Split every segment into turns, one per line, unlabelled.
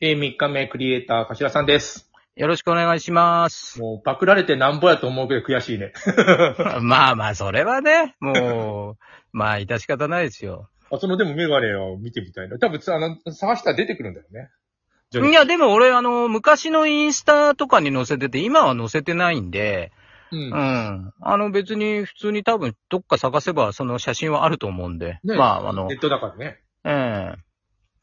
えー、3日目クリエイター、頭さんです。
よろしくお願いします。
もう、パクられてなんぼやと思うけど悔しいね。
まあまあ、それはね、もう、まあ、致し方ないですよ。
あ、そのでもメガネを見てみたいな。多分つあの、探したら出てくるんだよね。
い
ジョニー
や、でも俺、あの、昔のインスタとかに載せてて、今は載せてないんで、
うん
う。ん。あの、別に普通に多分、どっか探せば、その写真はあると思うんで。
ね
まあ、あの
ネ、ットだからね。
ええ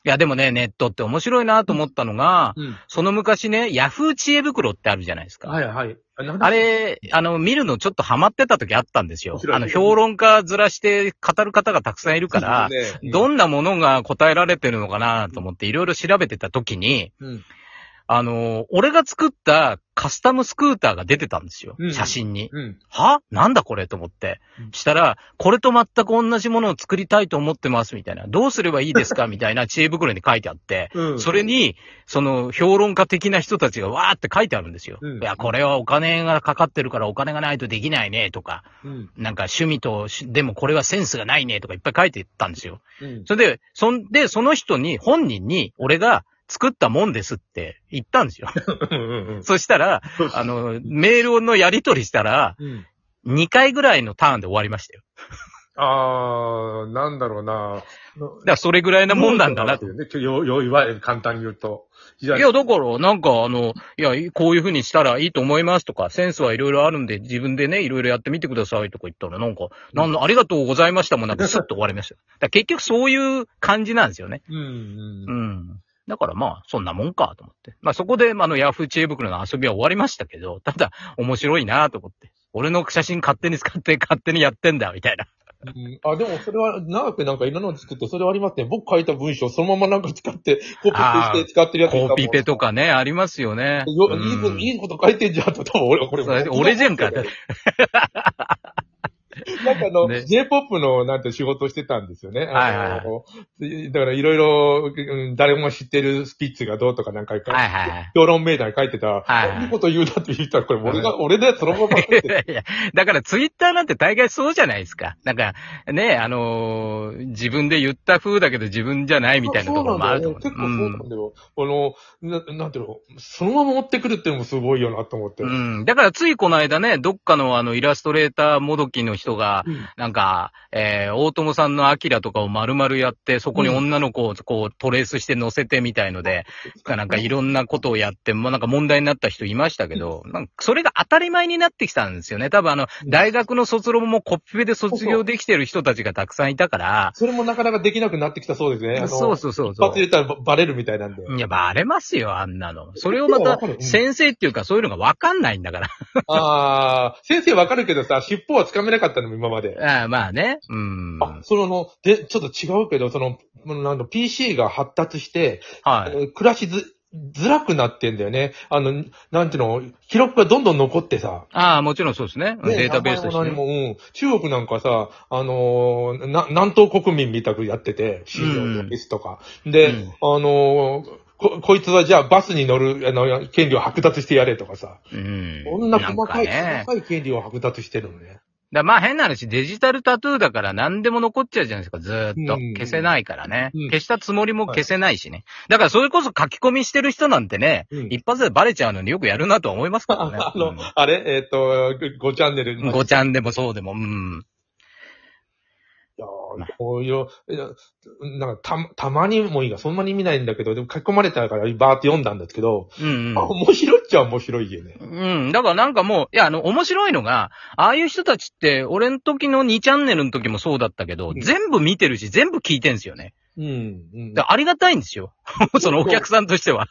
いや、でもね、ネットって面白いなと思ったのが、
うん。
その昔ね、ヤフー知恵袋ってあるじゃないですか。
はいはい。あなんだ
あれ、あの、見るのちょっとハマってた時あったんですよ
面。白い
あの、評論家ずらして語る方がたくさんいるから、
ね
どんなものが答えられてるのかなと思っていろいろ調べてた時に、
うん。
あの、俺が作ったカスタムスクーターが出てたんですよ
うん。
写真に。
うん。
はなんだこれと思って
うん。
したら、これと全く同じものを作りたいと思ってますみたいな。どうすればいいで すかみたいな知恵袋に書いてあって。
うん。
それに、その、評論家的な人たちがわーって書いてあるんですよ。
うん
いや、これはお金がかかってるからお金がないとできないね、とか、
うん。
なんか趣味とし、でもこれはセンスがないね、とかいっぱい書いてたんですよ。
うん。
それで、そんで、その人に、本人に、俺が作ったもんですって言ったんですよ。
うん。
そしたら、あの、メールのやり取りしたら、
うん。
2回ぐらいのターンで終わりましたよ。
あー、なんだろうな。
だから、それぐらいなもんなんだなと。い
ね。よ、よ、いわゆる簡単に言うと。いや
や、だから、なんか、あの、いや、こういう風にしたらいいと思いますとか、センスはいろいろあるんで、自分でね、いろいろやってみてくださいとか言ったら、なんか、なんの、ありがとうございましたもんなんか、スッと終わりましたよ。だから結局そういう感じなんですよね。
うん、う。
うんん。だからまあ、そんなもんかと思って。まあそこで、まああの、ヤフー知恵袋の遊びは終わりましたけど、ただ、面白いなと思って。俺の写真勝手に使って、勝手にやってんだ、みたいな。
うんあ、でもそれは長くなんかいろんなの作って、それはありますね。僕書いた文章そのままなんか使って、コピーして使ってるやついたもん
コピペとかね、ありますよね。
よ
うん
いいこと、いいこと書いてんじゃんと、多分俺、これ
それ俺じゃんか
なんかあの、
ね
J-POP の、なんて仕事をしてたんですよね。
はいはいはい
あのだからいろいろ、うん誰も知ってるスピッツがどうとかなんか、
はいはいはい。
評論メーターに書いてた、
はいはい
いこと言うなって言ったら、これ俺が、俺でそのまま書いてる。
いやだからツイッターなんて大概そうじゃないですか。なんか、ね、あのー自分で言った風だけど自分じゃないみたいなところもあると思う。
そうなんだよね
うん
結構そうなんだよ。あの、ななんていうの、そのまま持ってくるってのもすごいよなと思って。
うん。だからついこの間ね、どっかのあの、イラストレーターもどきの人が、
うん
なんか、えー、大友さんのアキラとかを丸々やって、そこに女の子をこうトレースして乗せてみたい ので、なんかいろんなことをやって、まあ、なんか問題になった人いましたけど、なんかそれが当たり前になってきたんですよね。多分あの、大学の卒論もコピペで卒業できてる人たちがたくさんいたから、
それもなかなかできなくなってきたそうですね。あの
そうそうそう
一
そ
発入
う。
れたらばバレるみたいなん で。
いや、バレますよ、あんなの。それをま
わ
た
かるう、ん
先生っていうかそういうのがわかんないんだから。
ああ、先生わかるけどさ、尻尾はつかめなかったのも今まで。
ああまあね。うん。
あ、その、で、ちょっと違うけど、その、なんだ、PC が発達して、
はい。
暮らしず、ずらくなってんだよね。あの、なんていうの、記録がどんどん残ってさ。
ああ、もちろんそうですね。
ね
データベースとして
名前
ね。
も何もうん中国なんかさ、あのーな、南東国民みたくやってて、シードとミスとか。で、
うん
あのーこ、こいつはじゃあバスに乗る、あの、権利を剥奪してやれとかさ。
うん。
こんな細かい、
なんかね。
細かい権利を剥奪してるのね。
だまあ変な話、デジタルタトゥーだから何でも残っちゃうじゃないですか、ずーっと
うん。
消せないからね
うん。
消したつもりも消せないしね。だからそれこそ書き込みしてる人なんてね、
うん
一発でバレちゃうのによくやるなとは思いますか
あ
らね。
あの、あれえっ、と、5チャンネル
うん、ごちゃんでもそうでも、うん。
いやーこういう、いやなんかた、たまにもいいが、そんなに見ないんだけど、でも書き込まれたから、バーって読んだんですけど、
うん、
あ面白いっちゃ面白いよね。
うん。うん。だからなんかもう、いや、あの、面白いのが、ああいう人たちって、俺の時の2チャンネルの時もそうだったけど
う、ん
全部見てるし、全部聞いてんすよね。
うん、うん。
だからありがたいんですよ。 そのお客さんとしては。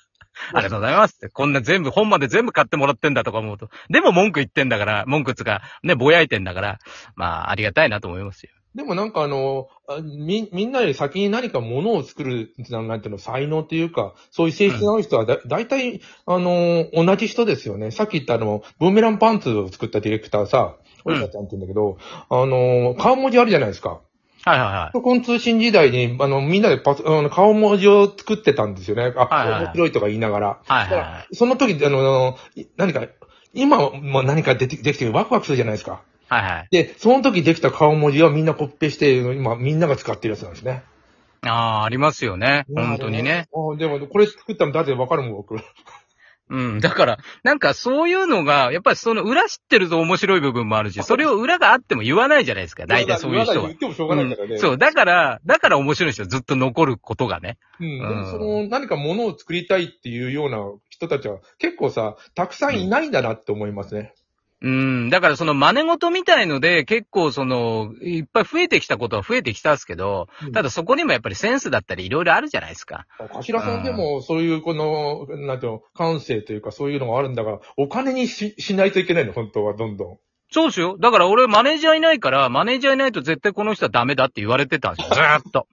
ありがとうございますって。こんな全部、本まで全部買ってもらってんだとか思うと。でも文句言ってんだから、文句つうか、ね、ぼやいてんだから、まあ、ありがたいなと思いますよ。
でもなんかあの、あみ、みんなより先に何かものを作る、なんなんていうの、才能っていうか、そういう性質のある人はだ、大体、あの、同じ人ですよね。さっき言ったあの、ブーメランパンツを作ったディレクターさ、
うん
俺たちゃんって言うんだけど、あの、顔文字あるじゃないですか。
はいはいは
パソコン通信時代に、あの、みんなでパソあの顔文字を作ってたんですよね。あ、
はいはい
面白いとか言いながら。
い。はいはいはい。
その時、あの、い何か、今も何か出てできてワクワクするじゃないですか。
はいはい。
で、その時できた顔文字をみんなコピペして、今みんなが使ってるやつなんですね。
ああ、ありますよね。本当にね。。
あでも、これ作ったのだってわかるもん、僕。
うん。だから、なんかそういうのが、やっぱりその裏知ってると面白い部分もあるし、それを裏があっても言わないじゃないですか。大体そういう人
まだ
は
言。ってもしょうが
う
ないからね。
ん、そう。だから、だから面白いんですよ。ずっと残ることがね。
うん。で
うん
もその、何かものを作りたいっていうような人たちは、結構さ、たくさんいないんだなって思いますね。
うん。だからその真似事みたいので、結構その、いっぱい増えてきたことは増えてきたんですけど、
うん
ただそこにもやっぱりセンスだったりいろいろあるじゃないですか。
頭さんでも、そういう、この、なんていうの、感性というか、そういうのがあるんだから、お金にししないといけないの、本当は、どんどん。
そうですよ。だから俺マネージャーいないから、マネージャーいないと絶対この人はダメだって言われてたんですよ。 ずーっと。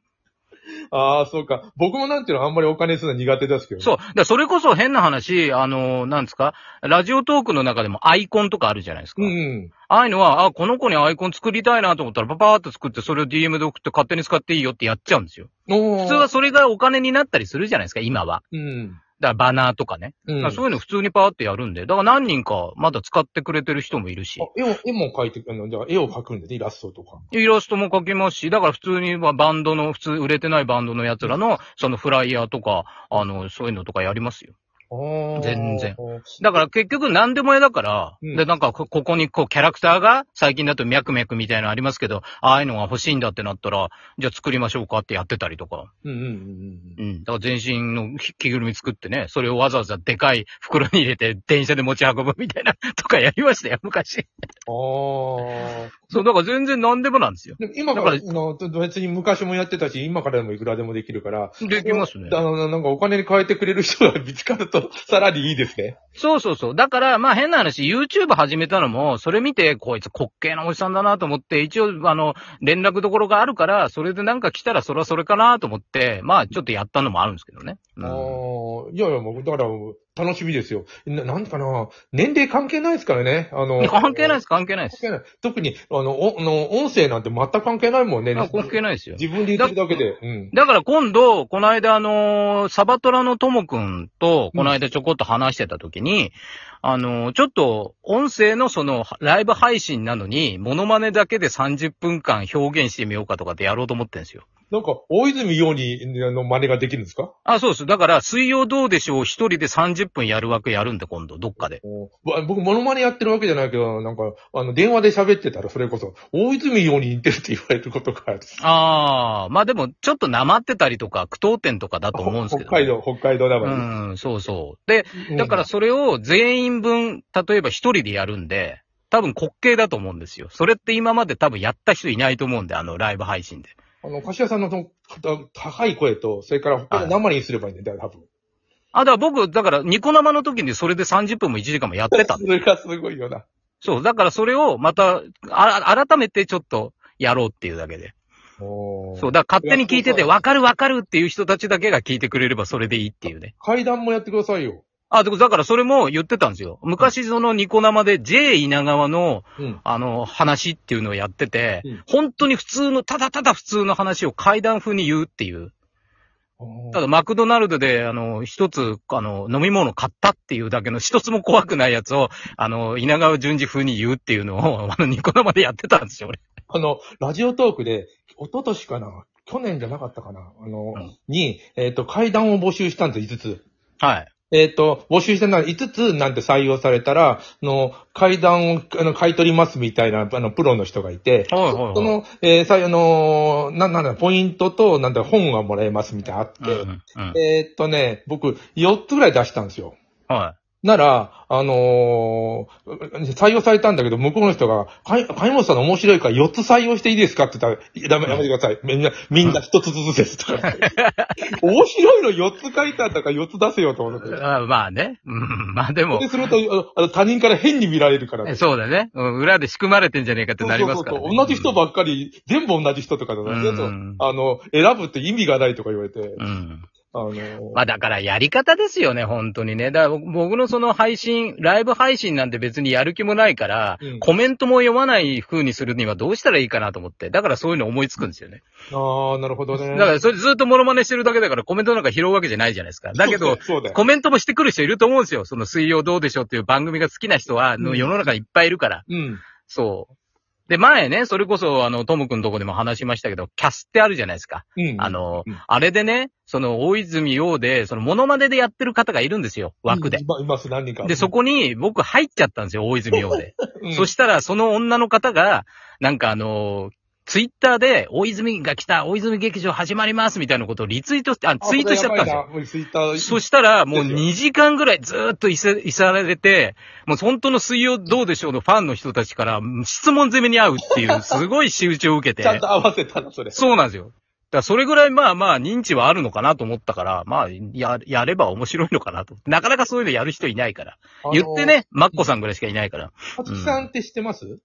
ああ、そうか。僕もなんていうの、あんまりお金するの苦手ですけど、
そう。だからそれこそ変な話、あの、なんですか、ラジオトークの中でもアイコンとかあるじゃないですか。
うん。
ああいうのは、あ、この子にアイコン作りたいなと思ったら、パパーっと作って、それを DM で送って勝手に使っていいよってやっちゃうんですよ。
おー
普通はそれがお金になったりするじゃないですか、今は。
うん。
だからバナーとかね。
う
だ
ん。
からそういうの普通にパーってやるんで。だから何人かまだ使ってくれてる人もいるし
あ。絵を、絵も描いて、あの、じゃあ絵を描くんでね、イラストとか。
イラストも描きますし、だから普通にまあバンドの、普通売れてないバンドの奴らの、そのフライヤーとか、あの、そういうのとかやりますよ。
ああ。
全然。だから結局何でも絵だから、
うん
で、なんかこここにこうキャラクターが、最近だとミャクミャクみたいなのありますけど、ああいうのが欲しいんだってなったら、じゃあ作りましょうかってやってたりとか。
うんうんうん
う
うん。
ん。だから全身の着着ぐるみ作ってね、それをわざわざでかい袋に入れて電車で持ち運ぶみたいなとかやりましたよ、昔。
ああ。
そう、だから全然何でもなんですよ。
でも今か
だ
ら、
から
あの、別に昔もやってたし、今からでもいくらでもできるから。
できますね
あ。の、なんかお金に変えてくれる人が見つかると、 さらにいいですね。
そうそうそう。だから、まあ変な話、YouTube 始めたのも、それ見て、こいつ滑稽なおじさんだなと思って、一応、あの、連絡どころがあるから、それでなんか来たらそらそれかなと思って、まあちょっとやったのもあるんですけどね。うん
ああ。いやいや、もう、だから、楽しみですよ。ななんかな、年齢関係ないですからね。あの、
関係な
い
いです、関係ないです。
関係ない。特に、あの、おあの音声なんて全く関係ないもんね。
あ関係ないですよ。
自分で言ってるだけで。うん。
だから今度、この間あのーサバトラのともくんと、この間ちょこっと話してた時に、あのーちょっと、音声のその、ライブ配信なのに、モノマネだけで30分間表現してみようかとかってやろうと思ってるんですよ。
なんか、大泉洋に、あの、真似ができるんですか
あ、そうです。だから、水曜どうでしょう一人で30分やる枠やるんで、今度、どっかで。
おわ僕、モノマネやってるわけじゃないけど、なんか、あの、電話で喋ってたら、それこそ、大泉洋に似てるって言われることがある。
ああ、まあでも、ちょっと生ってたりとか、苦闘点とかだと思うんですけど。
北海。道、北海道だか
う
ら。
ん、そうそう。で、
うん
だから、それを全員分、例えば一人でやるんで、多分滑稽だと思うんですよ。それって今まで多分やった人いないと思うんで、あの、ライブ配信で。
あの、柏さんのそのた高い声と、それから他の生にすればいいんだよ、多分。
あ、だから僕、だから、ニコ生の時にそれで30分も1時間もやってたん
それ
で
がすごいよな。
そう、だからそれをまた、あら、改めてちょっと、やろうっていうだけで。そう、
そう。
だから勝手に聞いて
いやそう
て、
そう
わかるわかるっていう人たちだけが聞いてくれればそれでいいっていうね。
階段もやってくださいよ。
あ、でもだからそれも言ってたんですよ。昔そのニコ生で J 稲川の、
うん。
あの、話っていうのをやってて、
うん
本当に普通の、ただただ普通の話を階段風に言うっていう。ただマクドナルドで、あの、一つ、あの、飲み物買ったっていうだけの一つも怖くないやつを、あの、稲川淳二風に言うっていうのを、 あの、ニコ生でやってたんですよ、俺。
あの、ラジオトークで、一昨年かな、去年じゃなかったかな、あの、
うん
に、えっ、と、階段を募集したんです、5つ。
はい。
えっ、と、募集したのは5つなんて採用されたら、あの、階段をあの買い取りますみたいな、あの、プロの人がいて、
はいはいはい
その、えー、さあの、な、なんだ、ポイントと、なんだ、本がもらえますみたいなのあ
うんう
って、
んうん。
えっ、とね、僕、4つぐらい出したんですよ。
は
なら、あのー採用されたんだけど、向こうの人が、かい、かいもさんの面白いから4つ採用していいですかって言ったらいや、ダメ、やめてください。みんな、みんな1つずつです。とか。 面白いの4つ書いてあったから4つ出せよと思って
い。。あまあね。うん、まあでも
で、。すると、あのあの他人から変に見られるから。
えそうだね。うん裏で仕組まれてんじゃねえかってなりますから、ね。
そうそうそう同じ人ばっかり、全部同じ人とかだ
うん
ね。そうあの、選ぶって意味がないとか言われて、
うん。
あの、
まあだからやり方ですよね、本当にね。だから僕僕のその配信、ライブ配信なんて別にやる気もないから、
うん
コメントも読まない風にするにはどうしたらいいかなと思って。だからそういうの思いつくんですよね。
ああ、なるほどね。
だからそれずっとモノマネしてるだけだからコメントなんか拾うわけじゃないじゃないですか。だけ
そう
ど、
だよ、そうだよ。
コメントもしてくる人いると思うんですよ。その水曜どうでしょうっていう番組が好きな人は、
う
の
ん
世の中にいっぱいいるから。
うん。
そう。で、前ね、それこそ、あの、トム君のとこでも話しましたけど、キャスってあるじゃないですか。
うん。
あの、
うん
あれでね、その、大泉洋で、その、モノマネでやってる方がいるんですよ、枠で
い。まいます、何人か。
で、そこに僕入っちゃったんですよ、大泉洋で。
うん、
そしたら、その女の方が、なんかあのーツイッターで、大泉が来た、大泉劇場始まります、みたいなことをリツイートして、あ、
あ
ツイートしちゃったんです
これやば
よ。
いなもうツイッター。
そしたら、もう
ですよ
2時間ぐらいずーっといせ、いさられて、もう本当の水曜どうでしょうのファンの人たちから質問攻めに会うっていう、すごい仕打ちを受けて
ち。ゃんと合わせたな、それ。
そうなんですよ。だからそれぐらいまあまあ認知はあるのかなと思ったから、まあ、や、やれば面白いのかなと。なかなかそういうのやる人いないから。言ってね、マッコさんぐらいしかいないから。
あの。さつきさんって知ってますん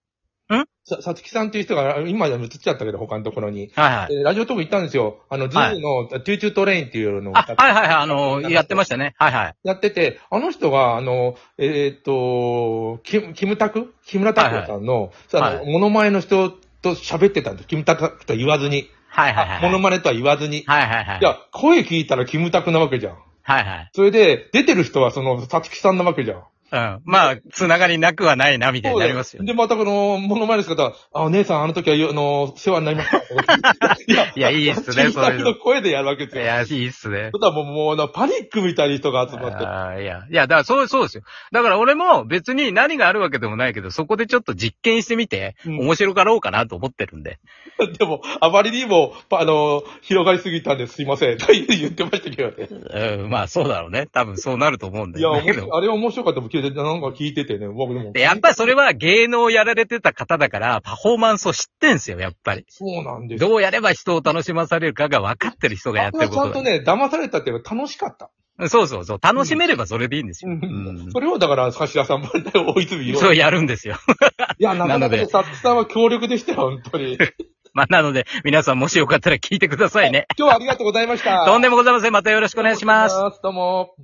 さ、さつきさんっていう人が、今でも映っちゃったけど、他のところに。
はいはい。
でラジオトーク行ったんですよ。あの、ズームの、トゥーチュートレインっていうのを
あ、はいはいはい、あの、やってましたね。はいはい。
やってて、あの人が、あの、えーっと、キム、キムタク木村拓哉さんの、そうあの
は
モノマネの人と喋ってたんです。キムタクとは言わずに。
はいはいはい。
モノマネとは言わずに。
はいはいはい。
いや、声聞いたらキムタクなわけじゃん。
はいはい。
それで、出てる人はその、さつきさんなわけじゃん。
うん。まあ、つながりなくはないな、みたい
そ
に
う
な
だ
りますよね。
で、またこの、モノマネの方は、あ、お姉さん、あの時は、あの、世話になりました。 いや
いや、いいっすね、
キム
そう
タ
い
ク
うの。
の
い
声でやるわけですよ。
や、いいっすね。
そしたらもう、もうあの、パニックみたいな人が集まって。
あーいや、いや、だからそう、そうですよ。だから俺も別に何があるわけでもないけど、そこでちょっと実験してみて、
うん
面白かろうかなと思ってるんで。
でも、あまりにも、あの、広がりすぎたんですいません。と 言ってましたけ どね。
うん、まあそうだろうね。多分そうなると思うんだ
いや、
よ。
面
だけ
白い
ど。
あれ面白かったもん聞いてて、なんか聞いててね、僕でも。
でやっぱりそれは芸能をやられてた方だから、パフォーマンスを知ってんすよ、やっぱり。
そうなんですよ。
どうやれば人を楽しまされるかが分かってる人がやってるこ
あれはちゃ
と
んと
だ、
ね、騙されたっていうのは楽しかった。
そうそうそう。楽しめればそれでいいんですよ。
う
うんん。
それをだから、頭さんまで追い詰めよ。
そううやるんですよ。
いや、なかなか
なの
ね、
で
サックさんは強力でしたよ、本当 に。
まあ、なので、皆さんもしよかったら聞いてくださいね。
今日はありがとうございました。
とんでもございません。またよろしくお願いします。
す。どうも。